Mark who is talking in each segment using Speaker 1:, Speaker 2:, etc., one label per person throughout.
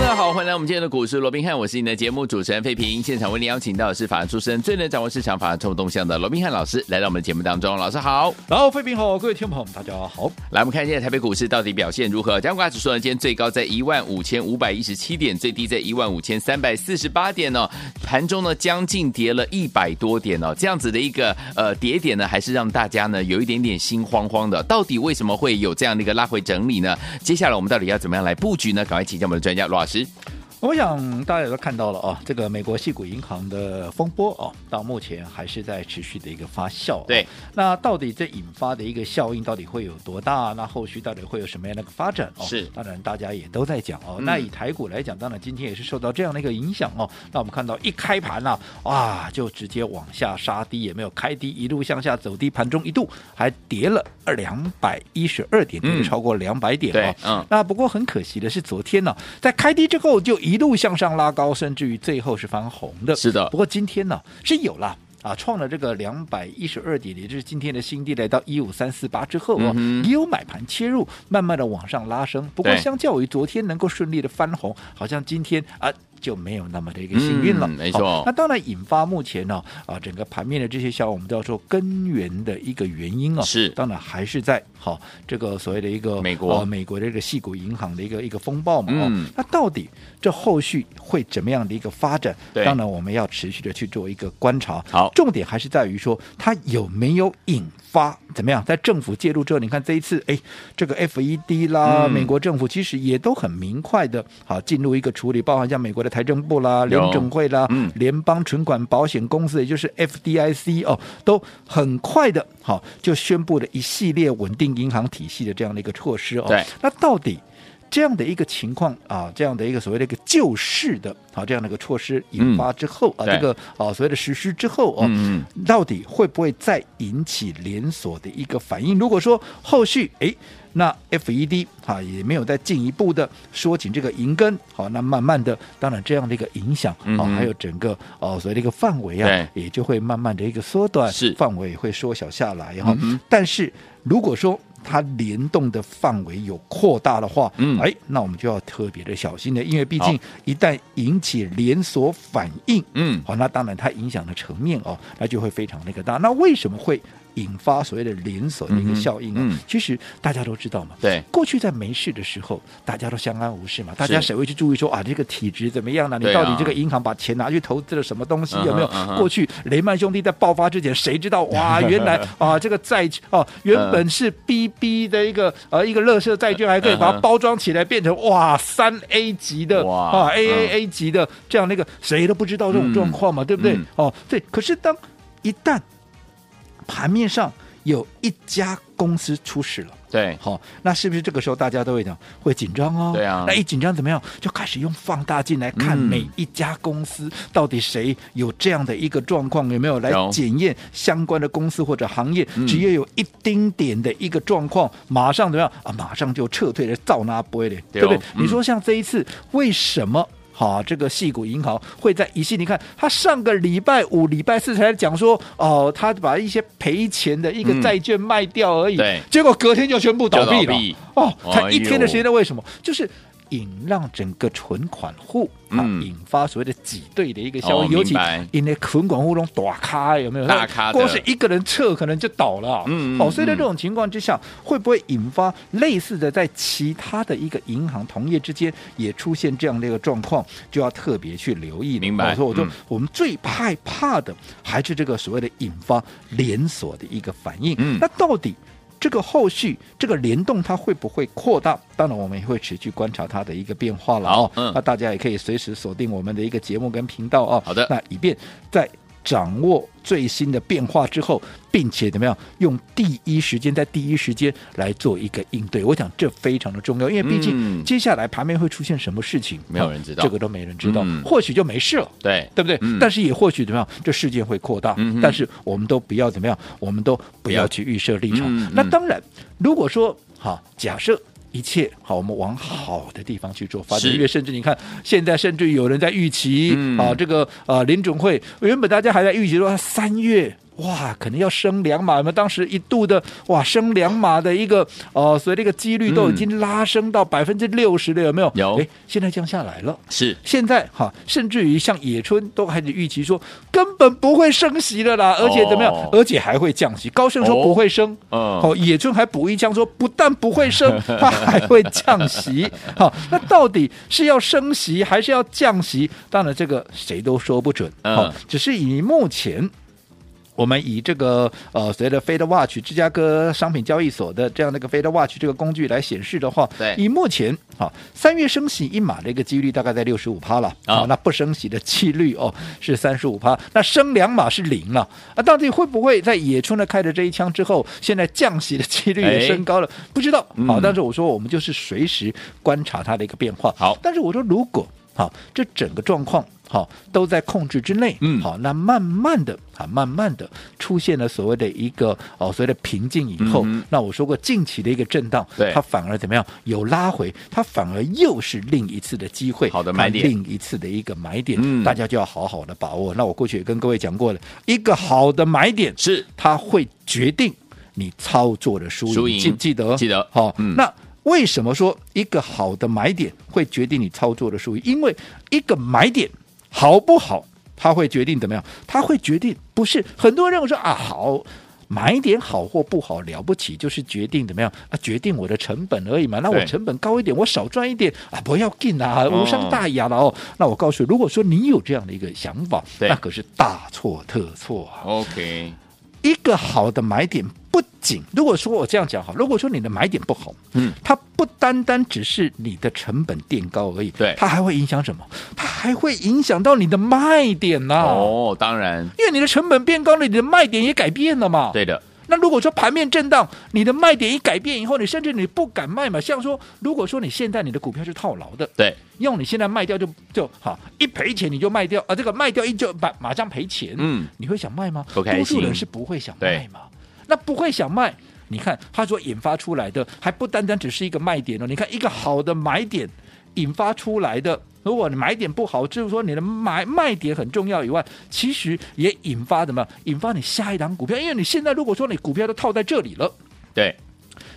Speaker 1: 大家好，欢迎来我们今天的股市罗宾汉，我是你的节目主持人费平。现场为您邀请到的是法律出身、最能掌握市场法律冲动向的罗宾汉老师，来到我们的节目当中。老师好，
Speaker 2: 然后，费平好，各位听众朋友们，大家好。
Speaker 1: 来我们看一下台北股市到底表现如何？加权指数呢，今天最高在一万五千五百一十七点，最低在一万五千三百四十八点哦。盘中呢，将近跌了一百多点哦，这样子的一个呃跌点呢，还是让大家呢有一点点心慌慌的。到底为什么会有这样的一个拉回整理呢？接下来我们到底要怎么样来布局呢？赶快请教我们的专家罗老师。
Speaker 2: 我想大家也都看到了啊，这个美国系股银行的风波哦、到目前还是在持续的一个发酵、哦
Speaker 1: 对，
Speaker 2: 那到底这引发的一个效应到底会有多大？那后续到底会有什么样的一个发展？哦，
Speaker 1: 是
Speaker 2: 当然大家也都在讲哦。
Speaker 1: 嗯
Speaker 2: 那以台股来讲，当然今天也是受到这样的一个影响哦。那我们看到一开盘呐、啊，哇，就直接往下杀低，也没有开低，一路向下走低，盘中一度还跌了二两百一十二点，跌
Speaker 1: 嗯
Speaker 2: 了超过两百点哦。
Speaker 1: 对嗯
Speaker 2: 那不过很可惜的是，昨天呢、在开低之后就一路向上拉高，甚至于最后是翻红的。
Speaker 1: 是的
Speaker 2: 不过今天呢、是有了。啊，创了这个两百一十二点，也就是今天的新低，来到一五三四八之后哦，
Speaker 1: 嗯哼
Speaker 2: 也有买盘切入，慢慢的往上拉升。不过
Speaker 1: 对
Speaker 2: 相较于昨天能够顺利的翻红，好像今天啊就没有那么的一个幸运了。
Speaker 1: 嗯没错
Speaker 2: 好那当然引发目前呢啊整个盘面的这些效应，我们都要说根源的一个原因哦，
Speaker 1: 是
Speaker 2: 当然还是在好、这个所谓的一个
Speaker 1: 美国
Speaker 2: 呃美国的这个系股银行的一个一个风暴嘛。
Speaker 1: 嗯
Speaker 2: 哦，那到底这后续会怎么样的一个发展？
Speaker 1: 对
Speaker 2: 当然我们要持续的去做一个观察。
Speaker 1: 好
Speaker 2: 重点还是在于说它有没有引发怎么样？在政府介入之后，你看这一次，哎，这个 FED 啦，
Speaker 1: 嗯
Speaker 2: 美国政府其实也都很明快的，好进入一个处理，包含像美国的财政部啦、联准会啦、
Speaker 1: 嗯
Speaker 2: 联邦存款保险公司，也就是 FDIC 哦，都很快的，好、就宣布了一系列稳定银行体系的这样的一个措施哦。
Speaker 1: 对，
Speaker 2: 那到底？这样的一个情况啊，这样的一个所谓的一个救市的啊，这样的一个措施引发之后、
Speaker 1: 嗯
Speaker 2: 啊，
Speaker 1: 对
Speaker 2: 这个啊所谓的实施之后哦，
Speaker 1: 嗯
Speaker 2: 到底会不会再引起连锁的一个反应？如果说后续诶，那 FED 啊也没有再进一步的缩紧这个银根，好、那慢慢的，当然这样的一个影响，好、
Speaker 1: 嗯哼
Speaker 2: 还有整个哦所谓的一个范围啊，也就会慢慢的一个缩短，
Speaker 1: 是
Speaker 2: 范围会缩小下来哈、
Speaker 1: 嗯哼
Speaker 2: 但是如果说它联动的范围有扩大的话，
Speaker 1: 嗯
Speaker 2: 哎，那我们就要特别的小心了，因为毕
Speaker 1: 好
Speaker 2: 竟一旦引起连锁反应，
Speaker 1: 嗯，
Speaker 2: 好、那当然它影响的层面哦，那就会非常那个大。那为什么会引发所谓的连锁的一
Speaker 1: 嗯
Speaker 2: 个
Speaker 1: 哼
Speaker 2: 效应呢、
Speaker 1: 嗯
Speaker 2: 其实大家都知道嘛，
Speaker 1: 对
Speaker 2: 过去在没事的时候，大家都相安无事嘛，大家
Speaker 1: 是
Speaker 2: 谁会去注意说啊，这个体质怎么样呢？你
Speaker 1: 对啊
Speaker 2: 到底这个银行把钱拿去投资了什么东西？有没有
Speaker 1: 嗯哼嗯哼？
Speaker 2: 过去雷曼兄弟在爆发之前，谁知道 哇，原来啊这个债哦、原本是 BB 的一个呃一个乐色债券，还可以把
Speaker 1: 嗯哼
Speaker 2: 它包装起来变成哇三 A 级的
Speaker 1: 哇
Speaker 2: 啊 AAA
Speaker 1: 嗯
Speaker 2: A 级的这样那个谁都不知道这种状况嘛，对不对
Speaker 1: 嗯？
Speaker 2: 哦，对。可是当一旦盘面上有一家公司出事了。
Speaker 1: 对，
Speaker 2: 好、那是不是这个时候大家都会讲会紧张哦？
Speaker 1: 对啊
Speaker 2: 那一紧张怎么样？就开始用放大镜来看
Speaker 1: 嗯
Speaker 2: 每一家公司到底谁有这样的一个状况，有没有来
Speaker 1: 有
Speaker 2: 检验相关的公司或者行业？
Speaker 1: 嗯
Speaker 2: 只要有一丁点的一个状况，马上怎么样啊？马上就撤退了，照拿不会的，
Speaker 1: 对
Speaker 2: 对
Speaker 1: 哦
Speaker 2: 不对？
Speaker 1: 嗯
Speaker 2: 你说像这一次为什么？好、这个细谷银行会在一系，你看，他上个礼拜五、礼拜四才讲说，哦，他把一些赔钱的一个
Speaker 1: 嗯
Speaker 2: 债券卖掉而已，
Speaker 1: 对
Speaker 2: 结果隔天就宣布倒闭
Speaker 1: 就倒闭
Speaker 2: 了。哦，才
Speaker 1: 哎
Speaker 2: 一天的
Speaker 1: 呦
Speaker 2: 时间，那为什么？就是。引让整个存款户啊，
Speaker 1: 嗯
Speaker 2: 引发所谓的挤兑的一个效
Speaker 1: 哦
Speaker 2: 应，尤其
Speaker 1: 明白
Speaker 2: 因为存款户中大咖有没有？
Speaker 1: 大咖的
Speaker 2: 光是一个人撤可能就倒了。
Speaker 1: 嗯嗯
Speaker 2: 哦，所以在
Speaker 1: 嗯
Speaker 2: 这种情况之下，会不会引发类似的在其他的一个银行同业之间也出现这样的一个状况，就要特别去留意了。
Speaker 1: 明白
Speaker 2: 哦所以我就
Speaker 1: 嗯
Speaker 2: 我们最害怕的还是这个所谓的引发连锁的一个反应。
Speaker 1: 嗯
Speaker 2: 那到底这个后续这个联动它会不会扩大？当然，我们也会持续观察它的一个变化了哦
Speaker 1: 好。嗯
Speaker 2: 那大家也可以随时锁定我们的一个节目跟频道哦。
Speaker 1: 好的
Speaker 2: 那以便在。掌握最新的变化之后，并且怎么样用第一时间在第一时间来做一个应对。我想这非常的重要，因为毕
Speaker 1: 嗯
Speaker 2: 竟接下来盘面会出现什么事情，哦
Speaker 1: 没有人知道
Speaker 2: 这个都没人知道，
Speaker 1: 嗯
Speaker 2: 或许就没事了。
Speaker 1: 对
Speaker 2: 对不对？
Speaker 1: 嗯
Speaker 2: 但是也或许怎么样，这事件会扩大，
Speaker 1: 嗯哼
Speaker 2: 但是我们都不要怎么样，我们都不
Speaker 1: 不要
Speaker 2: 要去预设立场。
Speaker 1: 嗯嗯
Speaker 2: 那当然，如果说好，假设。一切好，我们往好的地方去做发展，
Speaker 1: 是
Speaker 2: 因为甚至你看，现在甚至有人在预期、
Speaker 1: 嗯
Speaker 2: 啊，这个呃联准会原本大家还在预期说三月哇，可能要升两码，我们当时一度的哇升两码的一个呃，所以这个几率都已经拉升到百分之六十了，有没有？
Speaker 1: 嗯有
Speaker 2: 哎，现在降下来了。
Speaker 1: 是
Speaker 2: 现在哈，甚至于像野村都开始预期说，根本不会升息了啦，而且怎么样，
Speaker 1: 哦
Speaker 2: 而且还会降息。高盛说不会升，
Speaker 1: 哦
Speaker 2: 哦，野村还补一枪说，不但不 会升，他还会降息。好、那到底是要升息还是要降息？当然这个谁都说不准。
Speaker 1: 嗯
Speaker 2: 好、只是以目前。我们以这个呃，随着 Fed Watch 芝加哥商品交易所的这样的一个 Fed Watch 这个工具来显示的话，
Speaker 1: 对
Speaker 2: 以目前啊三月升息一码的一个几率大概在六十五趴了，
Speaker 1: 啊
Speaker 2: 好那不升息的几率哦是三十五趴，那升两码是零了啊，到底会不会在野村的开的这一枪之后，现在降息的几率
Speaker 1: 哎
Speaker 2: 也升高了？不知道，
Speaker 1: 嗯
Speaker 2: 好、但是我说我们就是随时观察它的一个变化。
Speaker 1: 好
Speaker 2: 但是我说如果好，这整个状况好都在控制之内，
Speaker 1: 嗯
Speaker 2: 好，那慢慢的啊，慢慢的出现了所谓的一个哦，所谓的瓶颈以后，
Speaker 1: 嗯哼
Speaker 2: 那我说过近期的一个震荡，
Speaker 1: 对
Speaker 2: 它反而怎么样有拉回，它反而又是另一次的机会，
Speaker 1: 好的
Speaker 2: 它
Speaker 1: 买点
Speaker 2: 另一次的一个买点，
Speaker 1: 嗯
Speaker 2: 大家就要好好的把握。那我过去也跟各位讲过了，一个好的买点
Speaker 1: 是
Speaker 2: 它会决定你操作的输赢，
Speaker 1: 输赢
Speaker 2: 记记得
Speaker 1: 记得
Speaker 2: 好、
Speaker 1: 嗯
Speaker 2: 那。为什么说一个好的买点会决定你操作的输赢？因为一个买点好不好，它会决定怎么样？它会决定不是很多人认为说啊好。买点好或不好了不起，就是决定怎么样啊？决定我的成本而已嘛。那我
Speaker 1: 对
Speaker 2: 成本高一点，我少赚一点啊，不要进啊，无伤大雅了哦。那我告诉你，如果说你有这样的一个想法，
Speaker 1: 对
Speaker 2: 那可是大错特错啊！
Speaker 1: OK，
Speaker 2: 一个好的买点不仅，如果说我这样讲好，如果说你的买点不好，
Speaker 1: 嗯，
Speaker 2: 它不单单只是你的成本垫高而已，
Speaker 1: 对
Speaker 2: 它还会影响什么？它还会影响到你的卖点呐、
Speaker 1: 哦，当然
Speaker 2: 因为你的成本变高了，你的卖点也改变了嘛。
Speaker 1: 对的，
Speaker 2: 那如果说盘面震荡，你的卖点一改变以后，你甚至你不敢卖嘛。像说，如果说你现在你的股票是套牢的，
Speaker 1: 对，
Speaker 2: 要你现在卖掉就就好，一赔钱你就卖掉啊，这个卖掉一就马马上赔钱，
Speaker 1: 嗯，
Speaker 2: 你会想卖吗？
Speaker 1: 不开心
Speaker 2: 多数人是不会想卖嘛，那不会想卖。你看，它所引发出来的还不单单只是一个卖点哦。你看，一个好的买点引发出来的，如果你买点不好，就是说你的买卖点很重要以外，其实也引发什么？引发你下一档股票，因为你现在如果说你股票都套在这里了，
Speaker 1: 对，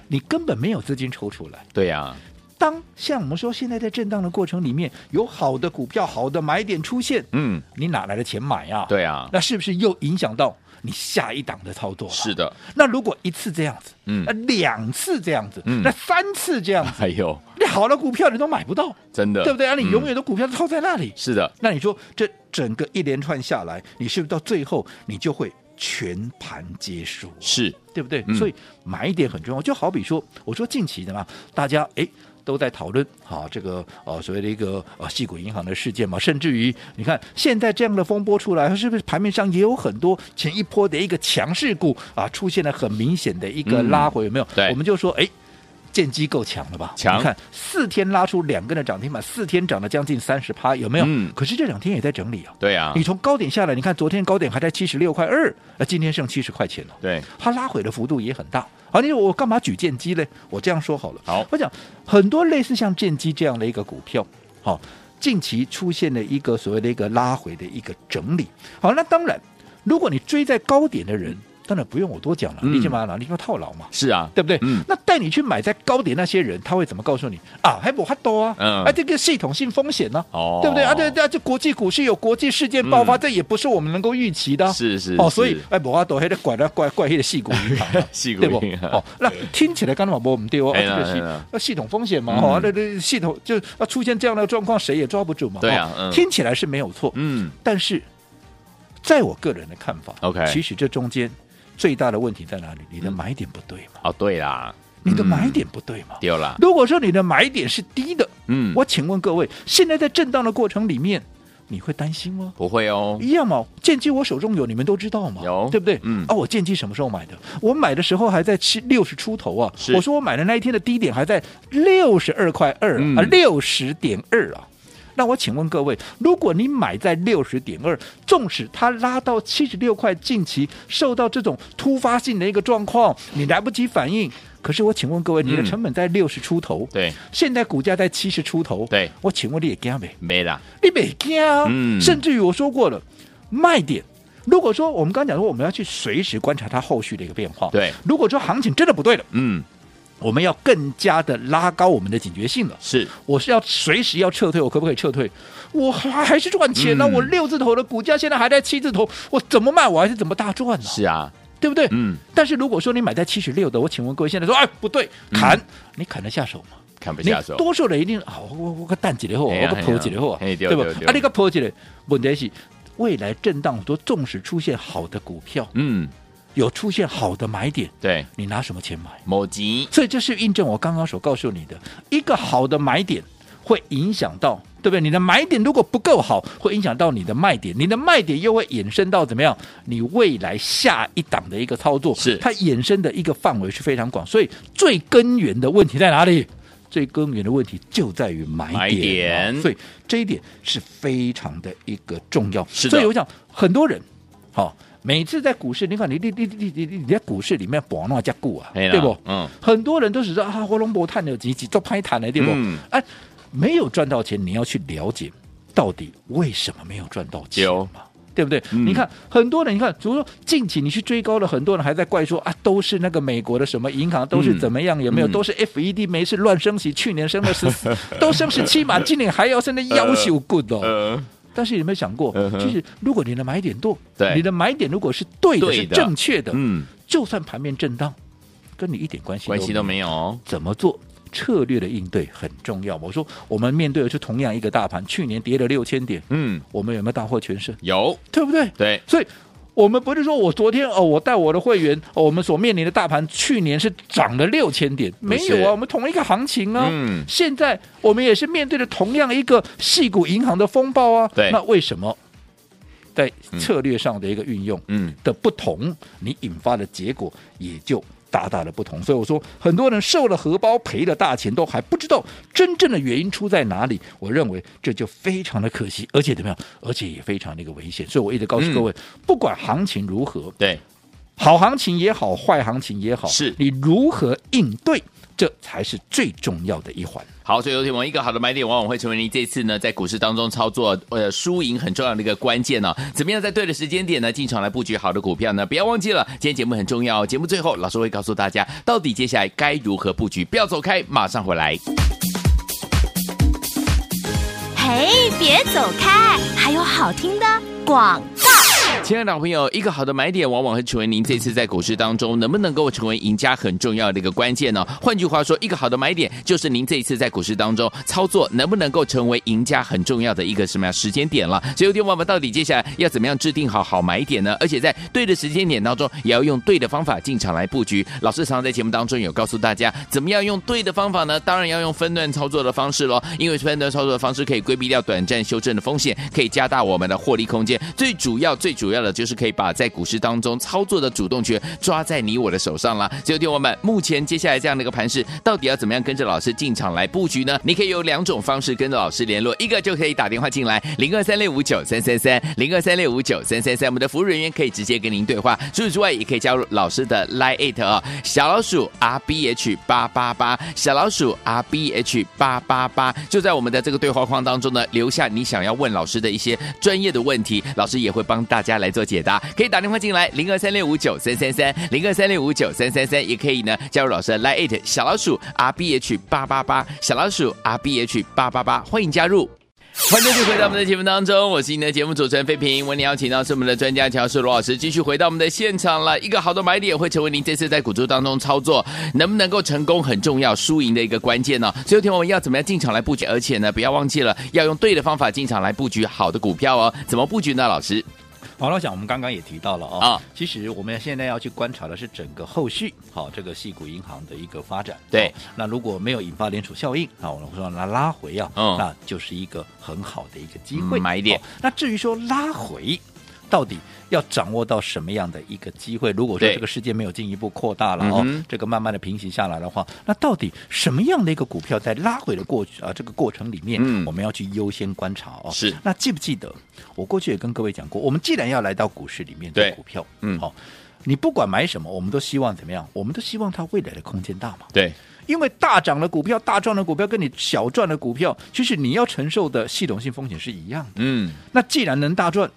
Speaker 2: 你根本没有资金抽出来。
Speaker 1: 对啊呀，
Speaker 2: 当像我们说现在在震荡的过程里面，有好的股票、好的买点出现，
Speaker 1: 嗯，
Speaker 2: 你哪来的钱买呀、
Speaker 1: 对啊呀，
Speaker 2: 那是不是又影响到你下一档的操作了？
Speaker 1: 是。的，
Speaker 2: 那如果一次这样子，
Speaker 1: 嗯
Speaker 2: 那两次这样子，
Speaker 1: 嗯
Speaker 2: 那三次这样子，
Speaker 1: 还有
Speaker 2: 你好的股票你都买不到，
Speaker 1: 哎真的，
Speaker 2: 对不对？啊，你
Speaker 1: 嗯
Speaker 2: 永远的股票都套在那里。
Speaker 1: 是的，
Speaker 2: 那你说这整个一连串下来，你是不是到最后你就会全盘皆输？
Speaker 1: 是
Speaker 2: 对不对？
Speaker 1: 嗯
Speaker 2: 所以买一点很重要。就好比说，我说近期的嘛，大家诶都在讨论啊，这个呃所谓的一个呃细股银行的事件嘛，甚至于你看现在这样的风波出来，是不是盘面上也有很多前一波的一个强势股啊出现了很明显的一个
Speaker 1: 嗯
Speaker 2: 拉回，有没有？
Speaker 1: 对
Speaker 2: 我们就说诶，见机够强了吧？
Speaker 1: 强
Speaker 2: 你看四天拉出两根的涨停板，四天涨了将近三十趴，有没有？
Speaker 1: 嗯
Speaker 2: 可是这两天也在整理啊。
Speaker 1: 对呀
Speaker 2: 你，从高点下来，你看昨天高点还在七十六块二，那今天剩七十块钱了。
Speaker 1: 对，
Speaker 2: 它拉回的幅度也很大。啊好，你说我干嘛举剑机嘞？我这样说好了。
Speaker 1: 好
Speaker 2: 我讲很多类似像剑机这样的一个股票，好，近期出现了一个所谓的一个拉回的一个整理。好，那当然，如果你追在高点的人，当然不用我多讲了，
Speaker 1: 嗯
Speaker 2: 你起码哪里要套牢嘛。
Speaker 1: 是啊，
Speaker 2: 对不对？
Speaker 1: 嗯
Speaker 2: 那带你去买在高点那些人，他会怎么告诉你啊？还不还多啊？
Speaker 1: 嗯
Speaker 2: 啊，这个系统性风险呢、
Speaker 1: 哦
Speaker 2: 对不对？啊，对对，啊这国际股市有国际事件爆发，
Speaker 1: 嗯
Speaker 2: 这也不是我们能够预期的啊、
Speaker 1: 是是
Speaker 2: 哦，所以
Speaker 1: 是。
Speaker 2: 哎，无法度，迄个怪了怪怪迄个细股银行啊
Speaker 1: 戏骨
Speaker 2: 对不？
Speaker 1: 银行
Speaker 2: 哦，那听起来刚才我们对哦，啊
Speaker 1: 哎
Speaker 2: 这
Speaker 1: 呀
Speaker 2: 个
Speaker 1: 哎
Speaker 2: 系
Speaker 1: 呀
Speaker 2: 那系统风险嘛，
Speaker 1: 嗯
Speaker 2: 哦，那那系统就啊出现这样的状况，谁也抓不住嘛。
Speaker 1: 对啊
Speaker 2: 哦
Speaker 1: 嗯
Speaker 2: 听起来是没有错，
Speaker 1: 嗯，
Speaker 2: 但是在我个人的看法
Speaker 1: OK
Speaker 2: 其实这中间最大的问题在哪里？你的买点不对嘛，
Speaker 1: 哦，对啦，
Speaker 2: 你的
Speaker 1: 嗯
Speaker 2: 买点不对嘛。
Speaker 1: 丢啦，
Speaker 2: 如果说你的买点是低的，
Speaker 1: 嗯，
Speaker 2: 我请问各位，现在在震荡的过程里面，你会担心吗？
Speaker 1: 不会哦，
Speaker 2: 一样嘛，剑机我手中有，你们都知道嘛，
Speaker 1: 有
Speaker 2: 对不对？
Speaker 1: 嗯
Speaker 2: 啊，我剑机什么时候买的？我买的时候还在七六十出头啊
Speaker 1: 是，
Speaker 2: 我说我买的那一天的低点还在六十二块二、
Speaker 1: 嗯
Speaker 2: 啊，六十点二啊。那我请问各位，如果你买在六十点二，纵使它拉到七十六块，近期受到这种突发性的一个状况，你来不及反应。可是我请问各位，你的
Speaker 1: 嗯
Speaker 2: 成本在六十出头，
Speaker 1: 对，
Speaker 2: 现在股价在七十出头，
Speaker 1: 对
Speaker 2: 我请问你也惊没？
Speaker 1: 没啦，
Speaker 2: 你没惊啊？
Speaker 1: 嗯
Speaker 2: 甚至于我说过了，卖点。如果说我们刚刚讲说，我们要去随时观察它后续的一个变化。
Speaker 1: 对
Speaker 2: 如果说行情真的不对了，
Speaker 1: 嗯，
Speaker 2: 我们要更加的拉高我们的警觉性了。
Speaker 1: 是
Speaker 2: 我是要随时要撤退，我可不可以撤退？我还还是赚钱呢、
Speaker 1: 嗯
Speaker 2: 我六字头的股价现在还在七字头，我怎么卖我还是怎么大赚呢、
Speaker 1: 是啊，
Speaker 2: 对不对？
Speaker 1: 嗯，
Speaker 2: 但是如果说你买在七十六的，我请问各位现在说，哎，不对，砍，
Speaker 1: 嗯
Speaker 2: 你砍得下手吗？
Speaker 1: 看不
Speaker 2: 你
Speaker 1: 下手，
Speaker 2: 多数人一定啊，我我我个蛋几的货，
Speaker 1: 嘿
Speaker 2: 我
Speaker 1: 啊
Speaker 2: 个破几的货，
Speaker 1: 嘿啊嘿对
Speaker 2: 吧
Speaker 1: 对对？
Speaker 2: 啊，你个破几的，问题是未来震荡多，纵使出现好的股票，
Speaker 1: 嗯，
Speaker 2: 有出现好的买点，
Speaker 1: 对，
Speaker 2: 你拿什么钱买？
Speaker 1: 某集
Speaker 2: 所以这是印证我刚刚所告诉你的，一个好的买点会影响到，对不对？你的买点如果不够好，会影响到你的卖点，你的卖点又会衍生到怎么样？你未来下一档的一个操作，
Speaker 1: 是
Speaker 2: 它衍生的一个范围是非常广，所以最根源的问题在哪里？最根源的问题就在于买点,、
Speaker 1: 买点
Speaker 2: 所以这一点是非常的一个重要。
Speaker 1: 是的
Speaker 2: 所以我想很多人，好、每次在股市，你看你你你你你你在股市里面博那加股啊，
Speaker 1: 嘿啦
Speaker 2: 对不？
Speaker 1: 嗯
Speaker 2: 很多人都只知道啊，活龙博探有几几都拍谈了，对不？
Speaker 1: 嗯
Speaker 2: 哎、没有赚到钱，你要去了解到底为什么没有赚到钱
Speaker 1: 有
Speaker 2: 嘛？对不对？
Speaker 1: 嗯
Speaker 2: 你看很多人，你看，比如说近期你去追高了，很多人还在怪说啊，都是那个美国的什么银行都是
Speaker 1: 嗯
Speaker 2: 怎么样，有没有？
Speaker 1: 嗯
Speaker 2: 都是 FED 没事乱升息，去年 升了十，都升十七嘛，今年还要升的要求 good 哦。
Speaker 1: 呃，
Speaker 2: 但是有没有想过，
Speaker 1: 嗯哼
Speaker 2: 就是如果你的买点多，
Speaker 1: 对
Speaker 2: 你的买点如果是对的、
Speaker 1: 对
Speaker 2: 是
Speaker 1: 的
Speaker 2: 正确的，
Speaker 1: 嗯，
Speaker 2: 就算盘面震荡，跟你一点关系
Speaker 1: 关系都没有哦，
Speaker 2: 怎么做？策略的应对很重要。我说，我们面对的是同样一个大盘，去年跌了六千点，
Speaker 1: 嗯，
Speaker 2: 我们有没有大获全胜？
Speaker 1: 有，
Speaker 2: 对不对？
Speaker 1: 对，
Speaker 2: 所以，我们不是说我昨天哦，我带我的会员、哦，我们所面临的大盘去年是涨了六千点，没有啊，我们同一个行情啊。
Speaker 1: 嗯，
Speaker 2: 现在我们也是面对着同样一个细股银行的风暴啊。
Speaker 1: 对
Speaker 2: 那为什么在策略上的一个运用，
Speaker 1: 嗯，
Speaker 2: 的不同，你引发的结果也就大大的不同。所以我说，很多人受了荷包赔了大钱，都还不知道真正的原因出在哪里。我认为这就非常的可惜，而且怎么样？而且也非常的一个危险。所以我一直告诉各位，不管行情如何，
Speaker 1: 对，
Speaker 2: 好行情也好，坏行情也好，
Speaker 1: 是
Speaker 2: 你如何应对，这才是最重要的一环。
Speaker 1: 好，所以有请我们一个好的买点，往往会成为您这次呢在股市当中操作呃输赢很重要的一个关键哦。怎么样在对的时间点呢进场来布局好的股票呢？不要忘记了，今天节目很重要哦、节目最后老师会告诉大家到底接下来该如何布局，不要走开，马上回来。
Speaker 3: 嘿，别走开，还有好听的广。
Speaker 1: 亲爱的好朋友，一个好的买点往往会成为您这次在股市当中能不能够成为赢家很重要的一个关键哦。换句话说，一个好的买点就是您这一次在股市当中操作能不能够成为赢家很重要的一个什么样时间点了。所以，有天我们到底接下来要怎么样制定好好买点呢？而且在对的时间点当中，也要用对的方法进场来布局。老师常常在节目当中有告诉大家，怎么样用对的方法呢？当然要用分段操作的方式喽，因为分段操作的方式可以规避掉短暂修正的风险，可以加大我们的获利空间。最主要、最主要的就是可以把在股市当中操作的主动权抓在你我的手上啦。所以，听我们，目前接下来这样的一个盘势，到底要怎么样跟着老师进场来布局呢？你可以有两种方式跟着老师联络，一个就可以打电话进来，零二三六五九三三三，零二三六五九三三三，我们的服务人员可以直接跟您对话。除此之外，也可以加入老师的 Line It 啊、小老鼠 R B H 八八八，小老鼠 R B H 八八八，就在我们的这个对话框当中呢，留下你想要问老师的一些专业的问题，老师也会帮大家来做解答。可以打电话进来，零二三六五九三三三，零二三六五九三三三，也可以呢加入老师的 Line It 小老鼠 R B H 八八八，小老鼠 R B H 八八八，欢迎加入。欢迎继续回到我们的节目当中，我是您的节目主持人费平。为您邀请到是我们的专家乔世罗老师，继续回到我们的现场了。一个好的买点会成为您这次在股市当中操作能不能够成功很重要，输赢的一个关键呢、所以，听我们要怎么样进场来布局，而且呢，不要忘记了要用对的方法进场来布局好的股票哦。怎么布局呢？老师，
Speaker 2: 好，我想我们刚刚也提到了啊、
Speaker 1: 啊
Speaker 2: 其实我们现在要去观察的是整个后续，好、这个系股银行的一个发展。
Speaker 1: 对
Speaker 2: 哦那如果没有引发联储效应，啊，我们说那拉回啊，
Speaker 1: 嗯
Speaker 2: 那就是一个很好的一个机会，
Speaker 1: 嗯买点
Speaker 2: 哦那至于说拉回。到底要掌握到什么样的一个机会？如果说
Speaker 1: 对
Speaker 2: 这个世界没有进一步扩大了哦，
Speaker 1: 嗯哼
Speaker 2: 这个慢慢的平息下来的话，那到底什么样的一个股票在拉回的过啊这个过程里面，
Speaker 1: 嗯
Speaker 2: 我们要去优先观察哦。
Speaker 1: 是
Speaker 2: 那记不记得我过去也跟各位讲过，我们既然要来到股市里面
Speaker 1: 对
Speaker 2: 做股票，
Speaker 1: 嗯
Speaker 2: 好、你不管买什么，我们都希望怎么样？我们都希望它未来的空间大嘛。
Speaker 1: 对，
Speaker 2: 因为大涨的股票、大赚的股票跟你小赚的股票，其实你要承受的系统性风险是一样的。
Speaker 1: 嗯，
Speaker 2: 那既然能大赚，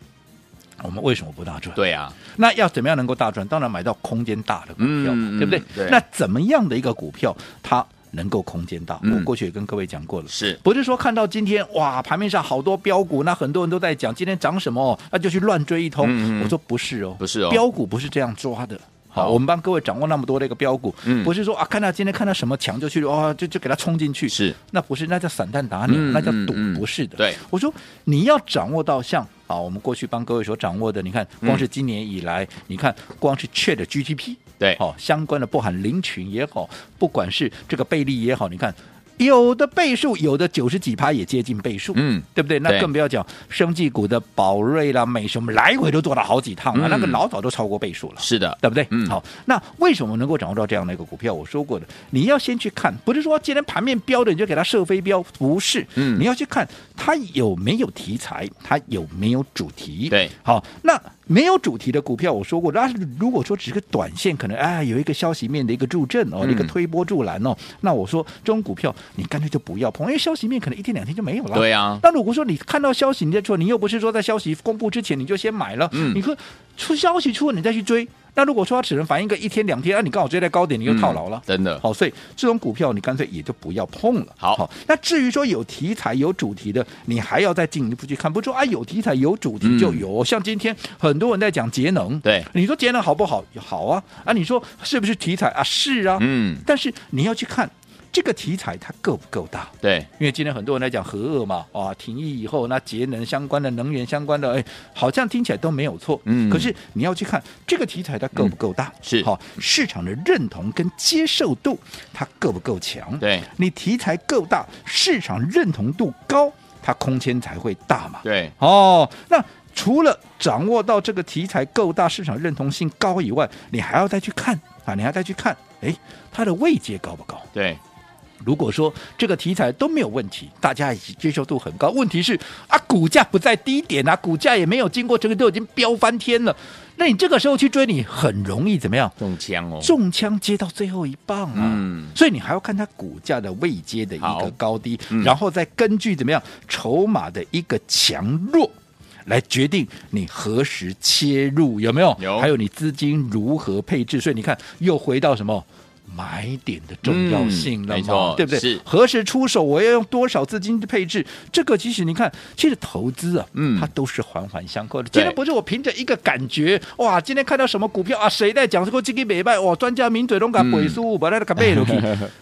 Speaker 2: 我们为什么不大赚？
Speaker 1: 对啊，
Speaker 2: 那要怎么样能够大赚？当然买到空间大的股票，
Speaker 1: 嗯
Speaker 2: 对不对
Speaker 1: 嗯？对
Speaker 2: 那怎么样的一个股票它能够空间大？
Speaker 1: 嗯
Speaker 2: 我过去也跟各位讲过了，
Speaker 1: 是
Speaker 2: 不是说看到今天哇盘面上好多标股，那很多人都在讲今天涨什么哦，那就去乱追一通。
Speaker 1: 嗯嗯嗯
Speaker 2: 我说不是哦，
Speaker 1: 不是哦
Speaker 2: 标股不是这样抓的。
Speaker 1: 好
Speaker 2: 好，我们帮各位掌握那么多的一个标股，
Speaker 1: 嗯
Speaker 2: 不是说啊，看到今天看到什么强就去哇、就就给它冲进去，
Speaker 1: 是
Speaker 2: 那不是那叫散弹打鸟，
Speaker 1: 嗯
Speaker 2: 那叫赌，
Speaker 1: 嗯嗯
Speaker 2: 不是的。
Speaker 1: 对，
Speaker 2: 我说你要掌握到像啊，我们过去帮各位所掌握的，你看
Speaker 1: 嗯
Speaker 2: 光是今年以来，你看光是 Chat GTP
Speaker 1: 对
Speaker 2: 哦，相关的不含林群也好，不管是这个倍利也好，你看。有的倍数，有的九十几趴也接近倍数，
Speaker 1: 嗯
Speaker 2: 对不对？那
Speaker 1: 对
Speaker 2: 更不要讲生技股的宝瑞啦、美什么，来回都做了好几趟了，
Speaker 1: 嗯
Speaker 2: 那个老早都超过倍数了。
Speaker 1: 是的，
Speaker 2: 对不对？
Speaker 1: 嗯
Speaker 2: 好，那为什么能够掌握到这样的一个股票？我说过的，你要先去看，不是说今天盘面标的你就给它射飞镖，不是，
Speaker 1: 嗯
Speaker 2: 你要去看它有没有题材，它有没有主题。
Speaker 1: 对
Speaker 2: 好，那没有主题的股票，我说过，那如果说只是短线，可能哎有一个消息面的一个助阵哦，
Speaker 1: 嗯
Speaker 2: 一个推波助澜哦，那我说这种股票你干脆就不要碰，因为消息面可能一天两天就没有了。
Speaker 1: 对啊，
Speaker 2: 那如果说你看到消息你再出，你又不是说在消息公布之前你就先买了，
Speaker 1: 嗯
Speaker 2: 你可出消息出了你再去追。那如果说它只能反应个一天两天，那、你刚好追在高点，你又套牢了
Speaker 1: 嗯。真的，
Speaker 2: 好，所以这种股票你干脆也就不要碰了。
Speaker 1: 好
Speaker 2: 那至于说有题材、有主题的，你还要再进一步去看，不是说啊有题材、有主题就有。像今天很多人在讲节能，
Speaker 1: 嗯对
Speaker 2: 你说节能好不好？好啊，啊，你说是不是题材啊？是啊，
Speaker 1: 嗯，
Speaker 2: 但是你要去看这个题材它够不够大。
Speaker 1: 对，
Speaker 2: 因为今天很多人在讲核二嘛，啊，停役以后，那节能相关的、能源相关的，哎，好像听起来都没有错，
Speaker 1: 嗯
Speaker 2: 可是你要去看这个题材它够不够大，
Speaker 1: 是
Speaker 2: 好、市场的认同跟接受度它够不够强，，
Speaker 1: 对，
Speaker 2: 你题材够大，市场认同度高，它空间才会大嘛，
Speaker 1: 对，
Speaker 2: 哦，那除了掌握到这个题材够大、市场认同性高以外，你还要再去看啊，你还要再去看，哎，它的位阶高不高？
Speaker 1: 对，
Speaker 2: 如果说这个题材都没有问题，大家已经接受度很高，问题是啊，股价不在低点啊，股价也没有经过这个都已经飙翻天了，那你这个时候去追，你很容易怎么样？
Speaker 1: 中枪哦，
Speaker 2: 中枪接到最后一棒啊！
Speaker 1: 嗯
Speaker 2: 所以你还要看它股价的位阶的一
Speaker 1: 好
Speaker 2: 个高低，
Speaker 1: 嗯
Speaker 2: 然后再根据怎么样筹码的一个强弱。来决定你何时切入有没有？
Speaker 1: 有
Speaker 2: 还有你资金如何配置？所以你看，又回到什么买点的重要性了
Speaker 1: 嗯没
Speaker 2: 嘛？
Speaker 1: 错
Speaker 2: 对不对？
Speaker 1: 是
Speaker 2: 何时出手？我要用多少资金配置？这个其实你看，其实投资啊，
Speaker 1: 嗯
Speaker 2: 它都是环环相扣的。
Speaker 1: 对
Speaker 2: 今天不是我凭着一个感觉，哇，今天看到什么股票啊，谁在讲这个这个美败，哇，专家名嘴拢讲
Speaker 1: 嗯
Speaker 2: 鬼书，把那个背落去，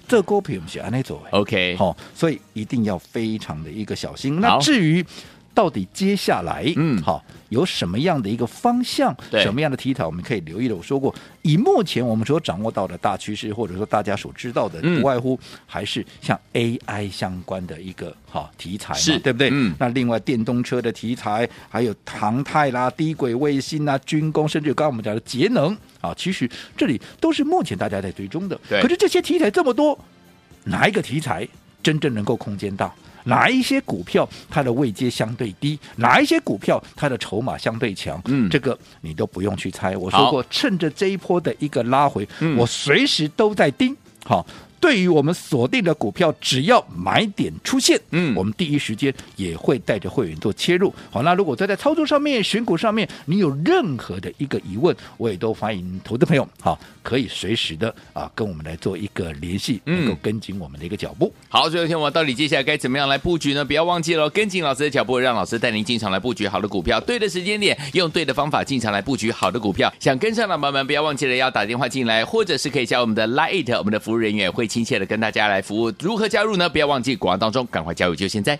Speaker 2: 这股票不是安尼做的。
Speaker 1: ，OK，
Speaker 2: 好、所以一定要非常的一个小心。
Speaker 1: 好
Speaker 2: 那至于到底接下来，
Speaker 1: 嗯
Speaker 2: 好、有什么样的一个方向，
Speaker 1: 对
Speaker 2: 什么样的题材，我们可以留意的。我说过，以目前我们所掌握到的大趋势，或者说大家所知道的，
Speaker 1: 嗯
Speaker 2: 不外乎还是像 AI 相关的一个好、题材嘛，
Speaker 1: 是
Speaker 2: 对不对？
Speaker 1: 嗯
Speaker 2: 那另外电动车的题材，还有航太啦、低轨卫星啦、军工，甚至有刚刚我们讲的节能啊，其实这里都是目前大家在追踪的。
Speaker 1: 对
Speaker 2: 可是这些题材这么多，哪一个题材真正能够空间大？哪一些股票它的位阶相对低？哪一些股票它的筹码相对强？
Speaker 1: 嗯
Speaker 2: 这个你都不用去猜。我
Speaker 1: 好
Speaker 2: 说过，趁着这一波的一个拉回，
Speaker 1: 嗯
Speaker 2: 我随时都在盯。好，对于我们锁定的股票，只要买点出现，
Speaker 1: 嗯
Speaker 2: 我们第一时间也会带着会员做切入。好，那如果在在操作上面、选股上面，你有任何的一个疑问，我也都欢迎投资朋友，好，可以随时的啊跟我们来做一个联系，
Speaker 1: 嗯
Speaker 2: 能够跟紧我们的一个脚步。
Speaker 1: 好，所以有天我到底接下来该怎么样来布局呢？不要忘记了跟紧老师的脚步，让老师带您进场来布局好的股票，对的时间点，用对的方法进场来布局好的股票。想跟上的宝宝们，不要忘记了要打电话进来，或者是可以加我们的 Lite，我们的服务人员会亲切的跟大家来服务。如何加入呢？不要忘记广告当中，赶快加入，就现在。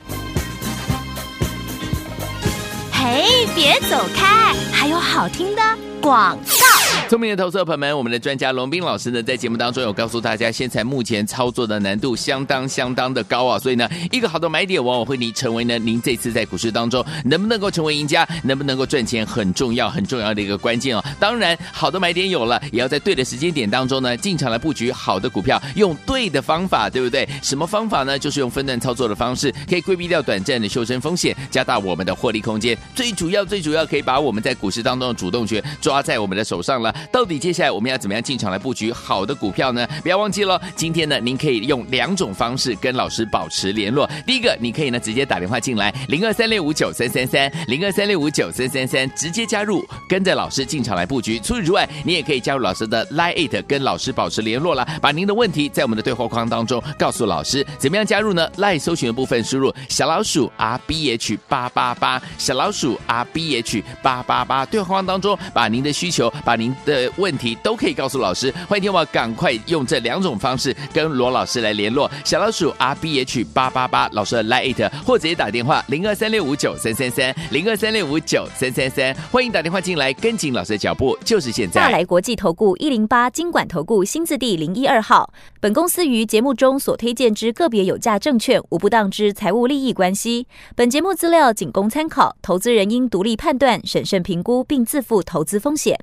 Speaker 3: 嘿，嘿，别走开，还有好听的广告。
Speaker 1: 聪明的投资者朋友们，我们的专家龙斌老师呢，在节目当中有告诉大家，现在目前操作的难度相当相当的高啊，所以呢，一个好的买点往往会你成为呢，您这次在股市当中能不能够成为赢家，能不能够赚钱，很重要很重要的一个关键哦。当然，好的买点有了，也要在对的时间点当中呢，进场来布局好的股票，用对的方法，对不对？什么方法呢？就是用分段操作的方式，可以规避掉短暂的修身风险，加大我们的获利空间。最主要最主要，可以把我们在股市当中的主动权抓在我们的手上了。到底接下来我们要怎么样进场来布局好的股票呢？不要忘记了，今天呢，您可以用两种方式跟老师保持联络。第一个，你可以呢直接打电话进来，零二三六五九三三三，零二三六五九三三三，直接加入，跟着老师进场来布局。除此之外，你也可以加入老师的 Line It，跟老师保持联络啦，把您的问题在我们的对话框当中告诉老师。怎么样加入呢？Line 搜寻的部分输入小老鼠 R B H 八八八，小老鼠 R B H 八八八，对话框当中把您的需求，把您的问题都可以告诉老师。欢迎听我赶快用这两种方式跟罗老师来联络，小老鼠 R B H 八八八，老师的 Line It，或直接打电话零二三六五九三三三，零二三六五九三三三，欢迎打电话进来跟紧老师的脚步，就是现在。
Speaker 4: 大来国际投顾一零八金管投顾新字第零一二号。本公司于节目中所推荐之个别有价证券，无不当之财务利益关系。本节目资料仅供参考，投资人应独立判断、审慎评估，并自负投资风险。